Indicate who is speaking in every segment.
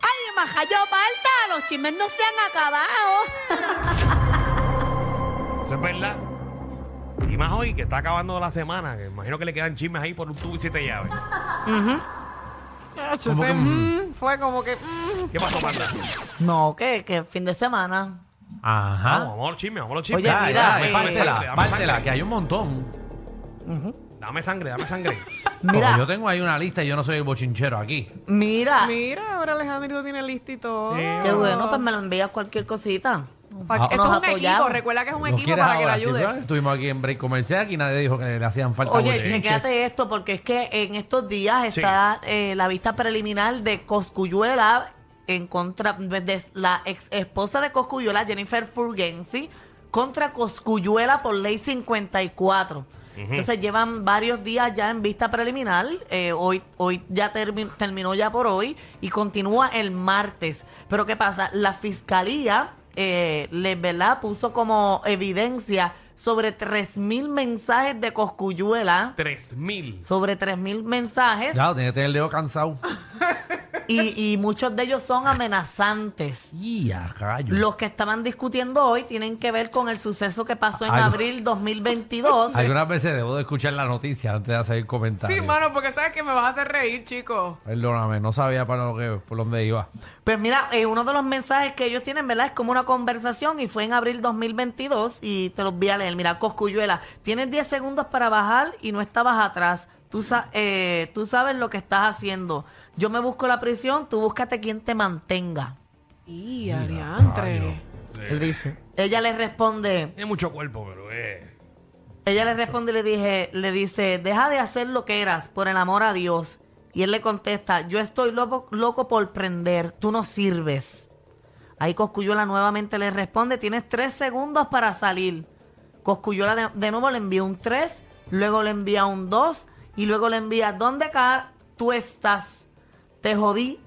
Speaker 1: ni majayo falta, los chismes no se han acabado.
Speaker 2: Eso es verdad. Y más hoy, que está acabando la semana. que imagino que le quedan chismes ahí por un tubo y siete llaves.
Speaker 3: Ah, ese, mm, fue como que. mm.
Speaker 2: ¿Qué pasó, Panda?
Speaker 4: No, que, que fin de semana.
Speaker 3: mm.
Speaker 2: Vamos,
Speaker 5: Ajá.
Speaker 2: vamos a los chismes, vamos a los
Speaker 4: Ah.
Speaker 2: chismes.
Speaker 4: Oye,
Speaker 5: Ya,
Speaker 4: mira,
Speaker 5: ya,
Speaker 4: eh,
Speaker 2: sangre,
Speaker 5: pártela,
Speaker 2: dame
Speaker 5: pártela,
Speaker 2: sangre.
Speaker 5: que hay un montón.
Speaker 2: Dame sangre, dame sangre.
Speaker 4: Mira,
Speaker 5: Como yo tengo ahí una lista y yo no soy el bochinchero aquí.
Speaker 4: mira.
Speaker 3: Mira, ahora Alejandro tiene listo y todo.
Speaker 2: Eh,
Speaker 4: Qué bueno, pues me lo envías cualquier cosita.
Speaker 3: Pa-
Speaker 4: Ah.
Speaker 3: Esto
Speaker 4: Nos
Speaker 3: es un equipo,
Speaker 4: apoyamos.
Speaker 3: recuerda que es un
Speaker 5: ¿No
Speaker 3: equipo
Speaker 5: quieres
Speaker 3: para que le
Speaker 5: ahora? Sí, ¿verdad?
Speaker 3: ayudes.
Speaker 5: Estuvimos aquí en break comercial y nadie dijo que le hacían falta
Speaker 4: Oye,
Speaker 5: bochinches.
Speaker 4: chequéate esto, porque es que en estos días está eh, la vista preliminar de Coscuyuela en contra de la ex esposa de Coscuyuela, Jennifer Furgensi, contra Coscuyuela por ley 54. Entonces llevan varios días ya en vista preliminar. eh, hoy, hoy ya termi- terminó ya por hoy y continúa el martes. Pero ¿qué pasa? La fiscalía eh, le, ¿verdad? puso como evidencia sobre 3.000 mensajes de Coscuyuela,
Speaker 2: Tres mil.
Speaker 4: sobre 3.000 mensajes,
Speaker 5: Claro, tiene que tener el dedo cansado.
Speaker 4: y, y muchos de ellos son amenazantes.
Speaker 5: Y a rayos.
Speaker 4: Los que estaban discutiendo hoy tienen que ver con el suceso que pasó en
Speaker 5: Algo-
Speaker 4: abril 2022.
Speaker 5: Algunas veces debo de escuchar la noticia antes de hacer comentarios.
Speaker 3: Sí, mano, porque sabes que me vas a hacer reír, chico.
Speaker 5: Perdóname, no sabía para lo que, por dónde iba.
Speaker 4: Pues mira, eh, uno de los mensajes que ellos tienen, ¿verdad? Es como una conversación y fue en abril 2022 y te los voy a leer. Mira, Coscuyuela, tienes 10 segundos para bajar y no estabas atrás. Tú, sa- eh, tú sabes lo que estás haciendo. Yo me busco la prisión, tú búscate quien te mantenga.
Speaker 3: Y adiantre.
Speaker 4: Él dice. Ella le responde,
Speaker 2: Tiene Eh, mucho cuerpo, pero eh.
Speaker 4: ella le responde y le, dije, le dice, deja de hacer lo que eras, por el amor a Dios. Y él le contesta, yo estoy loco, loco por prender, tú no sirves. Ahí Coscuyola nuevamente le responde, tienes tres segundos para salir. Coscuyola de, de nuevo le envía un 3, luego le envía un 2 y luego le envía, ¿dónde car tú estás? Te jodí.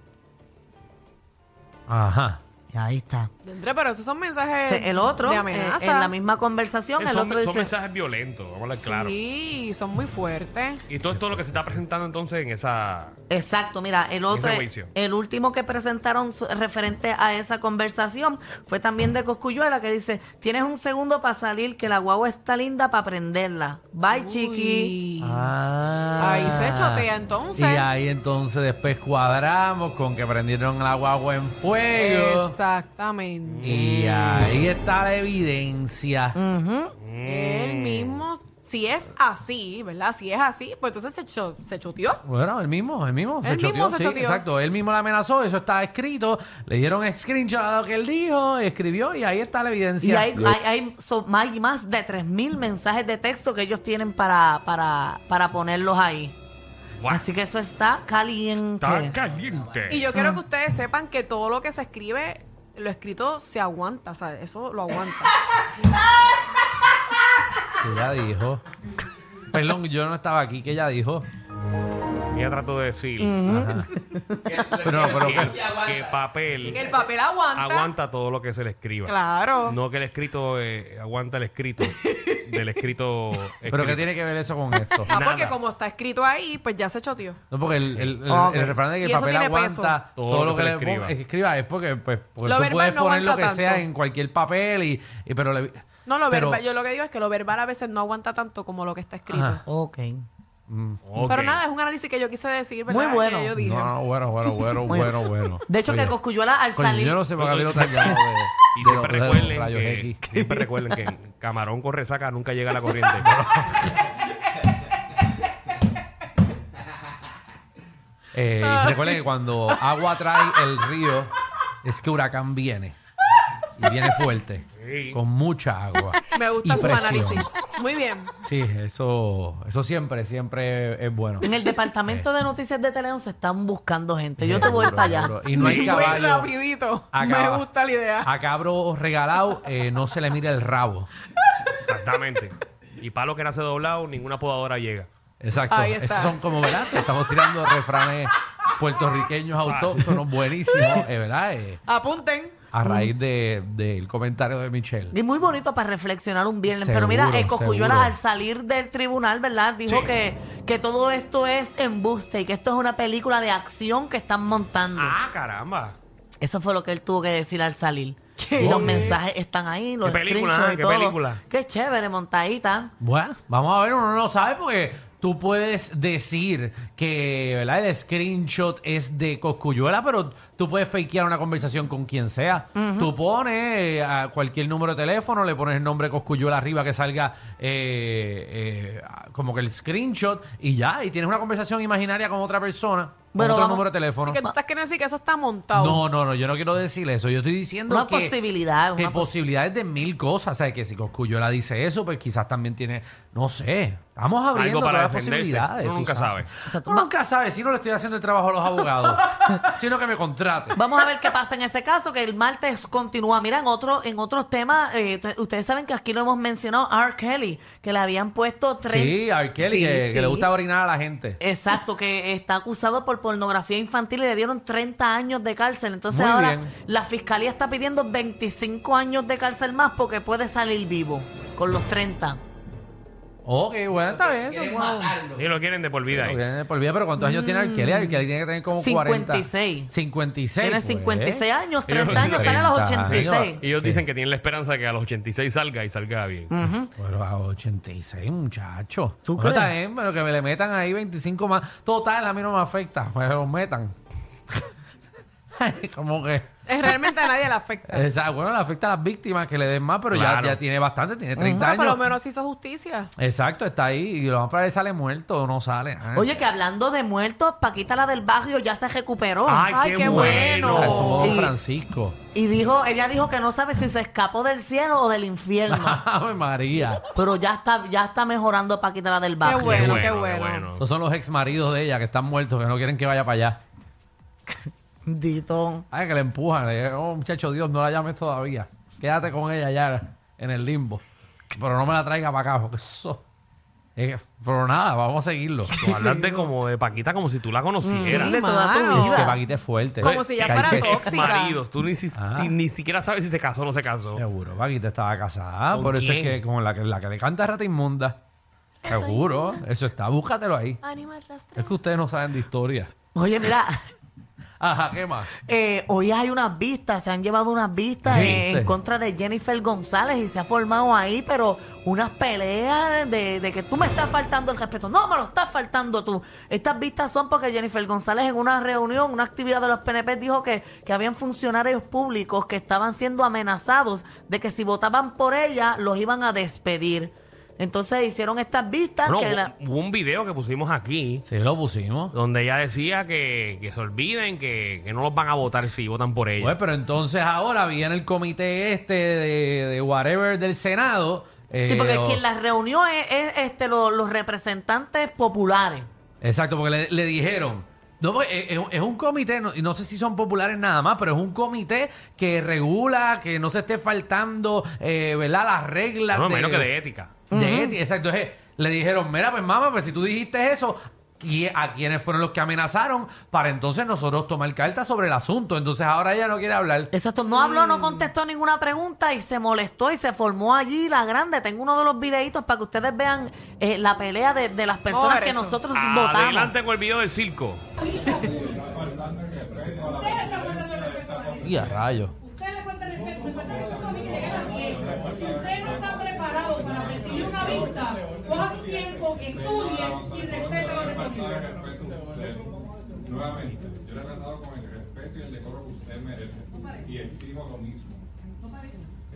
Speaker 5: Ajá.
Speaker 4: Y ahí está.
Speaker 3: Adiantre, pero esos son mensajes
Speaker 4: Se- el otro,
Speaker 3: de
Speaker 4: eh,
Speaker 3: amenaza.
Speaker 4: en la misma conversación,
Speaker 2: son,
Speaker 4: el otro
Speaker 2: son
Speaker 4: dice...
Speaker 2: mensajes violentos, vamos a hablar Ah, claro.
Speaker 3: Sí, son muy fuertes.
Speaker 2: Y todo esto es lo que se está presentando entonces en esa.
Speaker 4: Exacto, mira, el otro,
Speaker 2: Ese juicio.
Speaker 4: el último que presentaron so- referente a esa conversación fue también de Coscuyuela que dice, tienes un segundo para salir, que la guagua está linda para prenderla. Bye, chiqui.
Speaker 3: Uy.
Speaker 5: Ah.
Speaker 3: Ahí se chotea, entonces.
Speaker 5: Y ahí entonces después cuadramos con que prendieron la guagua en fuego.
Speaker 3: Exactamente.
Speaker 5: Y ahí está la evidencia.
Speaker 2: mm,
Speaker 3: Él mismo, si es así, ¿verdad? Si es así, pues entonces se, cho- se choteó.
Speaker 5: Bueno, el mismo, el mismo.
Speaker 3: Él mismo se
Speaker 5: sí,
Speaker 3: choteó.
Speaker 5: exacto. Él mismo la amenazó, eso está escrito. Le dieron screenshot a lo que él dijo, escribió y ahí está la
Speaker 4: Y
Speaker 5: evidencia.
Speaker 4: hay, hay, hay- son- hay más de 3.000 mensajes de texto que ellos tienen para, para, para ponerlos ahí.
Speaker 2: Guau,
Speaker 4: Así que eso está caliente.
Speaker 2: Está caliente.
Speaker 3: Y yo quiero que ustedes sepan que todo lo que se escribe, lo escrito se aguanta, o sea, eso lo aguanta.
Speaker 5: Que ella dijo. Perdón, yo no estaba aquí, que ella dijo.
Speaker 2: Ella trató de decir
Speaker 5: Pero, pero,
Speaker 2: que, que papel
Speaker 3: Que el papel aguanta.
Speaker 2: aguanta todo lo que se le escriba.
Speaker 3: Claro.
Speaker 2: No que el escrito eh, aguanta el escrito del escrito.
Speaker 5: pero ¿qué
Speaker 2: escrito.
Speaker 5: tiene que ver eso con esto?
Speaker 3: Ah, porque
Speaker 2: nada.
Speaker 3: como está escrito ahí, pues ya se choteó.
Speaker 5: No, porque el, el, el-
Speaker 4: Ok.
Speaker 5: el refrán de que
Speaker 3: Y
Speaker 5: el
Speaker 3: eso
Speaker 5: papel
Speaker 3: tiene
Speaker 5: aguanta
Speaker 3: peso.
Speaker 5: todo lo que, le escriba. escriba es porque, pues, porque
Speaker 3: Lo
Speaker 5: tú
Speaker 3: verbal
Speaker 5: puedes
Speaker 3: no
Speaker 5: poner lo que
Speaker 3: aguanta
Speaker 5: sea
Speaker 3: tanto.
Speaker 5: en cualquier papel y, y- pero le-
Speaker 3: No, lo
Speaker 5: pero-
Speaker 3: verbal, yo lo que digo es que lo verbal a veces no aguanta tanto como lo que está escrito.
Speaker 5: Ajá.
Speaker 4: Ok.
Speaker 2: Ok.
Speaker 3: Pero nada, es un análisis que yo quise decir, ¿verdad?
Speaker 4: Muy bueno.
Speaker 3: Que yo dije.
Speaker 5: No, no, bueno, bueno, bueno, bueno, bueno.
Speaker 4: De hecho,
Speaker 5: Oye,
Speaker 4: que Coscuyuela al
Speaker 5: coño,
Speaker 4: salir...
Speaker 5: yo no sé por qué había tan llamo de,
Speaker 2: Y
Speaker 5: de
Speaker 2: siempre
Speaker 5: los- de los
Speaker 2: recuerden,
Speaker 5: rayos
Speaker 2: que,
Speaker 5: X.
Speaker 2: siempre recuerden que camarón con resaca nunca llega a la corriente.
Speaker 5: Eh, y recuerden que cuando agua trae el río, es que huracán viene. Y viene fuerte.
Speaker 2: Sí.
Speaker 5: Con mucha agua.
Speaker 3: Me gusta
Speaker 5: y
Speaker 3: su
Speaker 5: presión.
Speaker 3: análisis. Muy bien.
Speaker 5: Sí, eso, eso siempre, siempre es bueno.
Speaker 4: En el departamento de noticias de Teleón se están buscando gente. Yo te
Speaker 5: Seguro,
Speaker 4: voy para allá.
Speaker 5: seguro. Y no hay
Speaker 3: Muy
Speaker 5: caballo.
Speaker 3: rapidito.
Speaker 5: a
Speaker 3: Me
Speaker 5: caba-
Speaker 3: gusta la idea.
Speaker 5: A cabro regalado eh, no se le mira el rabo.
Speaker 2: Exactamente. Y palo que nace doblado, ninguna podadora llega.
Speaker 5: Exacto.
Speaker 3: Ahí está.
Speaker 5: Esos son como, ¿verdad? Te Estamos tirando refranes puertorriqueños autóctonos buenísimos, eh, ¿verdad? Eh,
Speaker 3: Apunten.
Speaker 5: a raíz de- del comentario de Michelle.
Speaker 4: Y muy bonito para reflexionar un viernes.
Speaker 5: Seguro,
Speaker 4: Pero mira, eh, Cosculluela
Speaker 5: seguro.
Speaker 4: al salir del tribunal, ¿verdad? Dijo
Speaker 2: Sí.
Speaker 4: que, que todo esto es embuste y que esto es una película de acción que están montando.
Speaker 2: Ah, caramba.
Speaker 4: Eso fue lo que él tuvo que decir al salir. Y los
Speaker 5: Ok.
Speaker 4: mensajes están ahí, los
Speaker 2: ¿Qué película,
Speaker 4: screenshots
Speaker 2: ah?
Speaker 4: y
Speaker 2: ¿Qué
Speaker 4: todo.
Speaker 2: película?
Speaker 4: Qué chévere, montadita.
Speaker 5: Bueno, vamos a ver, uno no sabe porque tú puedes decir que ¿verdad? el screenshot es de Coscuyuela, pero tú puedes fakear una conversación con quien sea. Tú pones eh, a cualquier número de teléfono, le pones el nombre Coscuyuela arriba que salga eh, eh, como que el screenshot y ya, y tienes una conversación imaginaria con otra persona, con
Speaker 4: Bueno,
Speaker 5: otro
Speaker 4: vamos-
Speaker 5: número de teléfono.
Speaker 3: Que tú estás queriendo decir que eso está montado.
Speaker 5: No, no, no, yo no quiero decir eso. Yo estoy diciendo
Speaker 4: Una
Speaker 5: que
Speaker 4: posibilidad,
Speaker 5: de
Speaker 4: una pos-
Speaker 5: posibilidades de mil cosas. O sea, que si Coscuyola dice eso, pues quizás también tiene, no sé, vamos abriendo
Speaker 2: Algo para
Speaker 5: todas las
Speaker 2: defenderse.
Speaker 5: posibilidades.
Speaker 2: Uno
Speaker 5: tú
Speaker 2: nunca
Speaker 5: sabes.
Speaker 2: sabe.
Speaker 4: O sea, tú
Speaker 5: Uno
Speaker 4: va-
Speaker 5: nunca sabe si no le estoy haciendo el trabajo a los abogados, sino que me contraten.
Speaker 4: Vamos a ver qué pasa en ese caso, que el martes continúa. Mira, en, otro, en otros temas, eh, t- ustedes saben que aquí lo hemos mencionado, a R. Kelly, que le habían puesto tres...
Speaker 5: Sí, a Kelly,
Speaker 4: Sí,
Speaker 5: que, que le
Speaker 4: sí.
Speaker 5: gusta orinar a la gente.
Speaker 4: Exacto, que está acusado por pornografía infantil y le dieron 30 años de cárcel. Entonces
Speaker 5: Muy
Speaker 4: ahora
Speaker 5: bien.
Speaker 4: la fiscalía está pidiendo 25 años de cárcel más porque puede salir vivo con los 30.
Speaker 5: Ok, bueno, está bien. Eso, wow.
Speaker 2: Y lo quieren de por vida eh.
Speaker 5: Lo
Speaker 2: ahí.
Speaker 5: tienen por vida, pero ¿cuántos años tiene Arkeli? Arkeli tiene que tener como
Speaker 4: Mm,
Speaker 5: 40.
Speaker 4: 56.
Speaker 5: 56.
Speaker 4: Tiene
Speaker 5: pues.
Speaker 4: 56 años,
Speaker 2: Ellos
Speaker 4: 30 años, sale a los
Speaker 5: 30 años.
Speaker 4: 86.
Speaker 2: Y ellos dicen que tienen la esperanza de que a los 86 salga y salga bien.
Speaker 5: Mm. Pero a 86, muchachos.
Speaker 4: ¿Tú
Speaker 5: Bueno,
Speaker 4: crees?
Speaker 5: está bien, pero que me le metan ahí 25 más. Total, a mí no me afecta, pues los metan. Ay, Como que.
Speaker 3: Eh, Realmente a nadie le afecta.
Speaker 5: esa- bueno, le afecta a las víctimas que le den más, pero ya-
Speaker 2: Claro.
Speaker 5: ya, tiene bastante, tiene 30
Speaker 3: Bueno, por lo
Speaker 5: años.
Speaker 3: menos hizo justicia.
Speaker 5: Exacto, está ahí. Y lo más probable sale muerto o no sale. Ah.
Speaker 4: Oye, que hablando de muertos, Paquita la del barrio ya se recuperó.
Speaker 3: Ay, qué bueno.
Speaker 5: Ay, como
Speaker 4: Y-
Speaker 5: Francisco.
Speaker 4: Y dijo, ella dijo que no sabe si se escapó del cielo o del infierno.
Speaker 5: Ave María.
Speaker 4: Pero ya está, ya está mejorando Paquita la del barrio.
Speaker 3: Qué bueno. bueno.
Speaker 5: Esos son los ex maridos de ella que están muertos, que no quieren que vaya para allá.
Speaker 4: Dito.
Speaker 5: Ay, que le empujan. le digo, oh, muchacho, Dios, no la llames todavía. Quédate con ella ya en el limbo. Pero no me la traiga para acá, porque eso. es que- pero nada, vamos a seguirlo.
Speaker 2: Tú hablaste como de Paquita como si tú la conocieras.
Speaker 4: Sí, de toda tu
Speaker 3: mano.
Speaker 5: Es que
Speaker 4: vida.
Speaker 5: Paquita es fuerte.
Speaker 3: Como si ya
Speaker 5: Paquita
Speaker 3: fuera
Speaker 5: es-
Speaker 3: todo. tóxica.
Speaker 2: maridos. Tú ni, si-
Speaker 5: Ah.
Speaker 2: si- ni siquiera sabes si se casó o no se casó.
Speaker 5: Seguro, Paquita estaba casada.
Speaker 2: ¿Con
Speaker 5: Por eso
Speaker 2: quién?
Speaker 5: es que con la que, la que le canta Rata Inmunda. Seguro, eso está. Búscatelo ahí.
Speaker 1: Animal rastrero.
Speaker 5: Es que ustedes no saben de historia.
Speaker 4: Oye, mira,
Speaker 5: Ajá, ¿qué más?
Speaker 4: eh, hoy hay unas vistas, se han llevado unas vistas
Speaker 5: Sí,
Speaker 4: eh,
Speaker 5: sí.
Speaker 4: en contra de Jennifer González y se ha formado ahí, pero unas peleas de, de que tú me estás faltando el respeto. No, me lo estás faltando tú. Estas vistas son porque Jennifer González en una reunión, una actividad de los PNP, dijo que, que habían funcionarios públicos que estaban siendo amenazados de que si votaban por ella los iban a despedir. Entonces hicieron estas vistas
Speaker 2: Bueno,
Speaker 4: que la-
Speaker 2: hubo- Hubo un video que pusimos aquí
Speaker 5: Sí, lo pusimos.
Speaker 2: donde ella decía que, que se olviden, que, que no los van a votar si votan por ella.
Speaker 5: Pues, pero entonces ahora viene el comité este de, de whatever del Senado.
Speaker 4: Sí,
Speaker 5: eh,
Speaker 4: porque
Speaker 5: o-
Speaker 4: quien las reunió es, es, este, lo- los representantes populares.
Speaker 5: Exacto, porque le, le dijeron. No, porque es, es- es un comité, no, y no sé si son populares nada más, pero es un comité que regula que no se esté faltando, eh, ¿verdad? Las reglas.
Speaker 2: no,
Speaker 5: de-
Speaker 2: menos que de ética.
Speaker 5: de ética. Exacto. Entonces, le dijeron, mira, pues mamá, pues si tú dijiste eso, ¿qui- ¿a quiénes fueron los que amenazaron? Para entonces nosotros tomar carta sobre el asunto. Entonces ahora ella no quiere hablar.
Speaker 4: Exacto, no habló, no contestó ninguna pregunta y se molestó y se formó allí la grande. Tengo uno de los videitos para que ustedes vean eh, la pelea de, de las personas
Speaker 3: ver
Speaker 4: que
Speaker 3: eso.
Speaker 4: nosotros votamos.
Speaker 2: Adelante con el video del circo.
Speaker 5: Y a rayos.
Speaker 6: Ustedes le faltan respeto, le faltan respeto a mí que llegan a tiempo. Si ustedes no están preparados para recibir una vista, cojan tiempo, estudien y respeten a los demás.
Speaker 7: respeto que usted, nuevamente, yo le he tratado con el respeto y el decoro que usted merece. Y exijo lo mismo.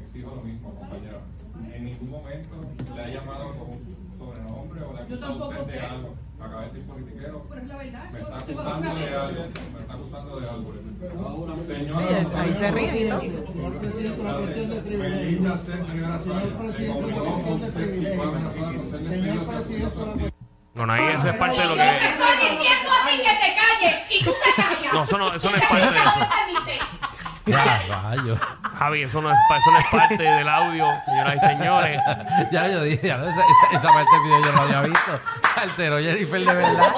Speaker 7: Exijo lo mismo, compañero. En ningún momento le ha llamado con un sobrenombre o le ha acusado a usted de algo. Acaba de decir politiquero.
Speaker 6: Pero es la verdad.
Speaker 7: Me
Speaker 6: yo-
Speaker 7: está
Speaker 6: te voy a dar una
Speaker 7: acusando de
Speaker 6: vez.
Speaker 7: algo. Me está acusando de algo. Señora.
Speaker 3: Ahí se ríe, ¿no?
Speaker 7: Bendita sea Rivera Suárez. Le comentó con usted si fue amenazada con ser despedida, se acusó de-
Speaker 2: Bueno, ahí eso es parte de lo que.
Speaker 8: Yo te estoy diciendo a ti que te calles y tú te callas.
Speaker 2: No, eso no, eso no
Speaker 8: Y
Speaker 2: es parte de
Speaker 8: nunca
Speaker 2: eso.
Speaker 8: lo entendiste.
Speaker 5: Y a rayos.
Speaker 2: Javi, eso no es, pa- eso no es parte del audio, señoras y señores.
Speaker 5: ya yo dije, ya, esa, esa- esa parte del video yo no la había visto. Se alteró Jennifer de verdad.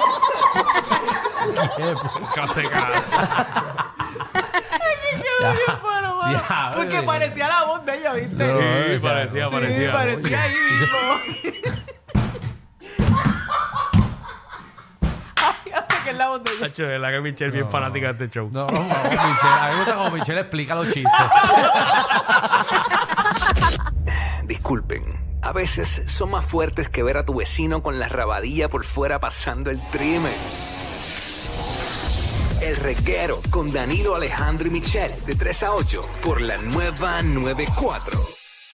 Speaker 2: Casi caso.
Speaker 5: Ya.
Speaker 3: Bueno, bueno,
Speaker 5: Ya,
Speaker 3: porque
Speaker 5: oye.
Speaker 3: parecía la voz de ella, ¿viste?
Speaker 5: No,
Speaker 2: Sí,
Speaker 5: o sea,
Speaker 2: parecía,
Speaker 5: sí,
Speaker 3: Sí,
Speaker 2: parecía.
Speaker 3: parecía ahí mismo. Ay, hace que es la voz de
Speaker 2: Hacho, es la que Michelle es bien fanática de este show.
Speaker 5: No, "Ah, no, no, Michelle. A mí me gusta como Michelle explica los chistes.
Speaker 9: Disculpen, a veces son más fuertes que ver a tu vecino con la rabadilla por fuera pasando el trimen. El reguero con Danilo Alejandro y Michel de 3 a 8 por la nueva 94.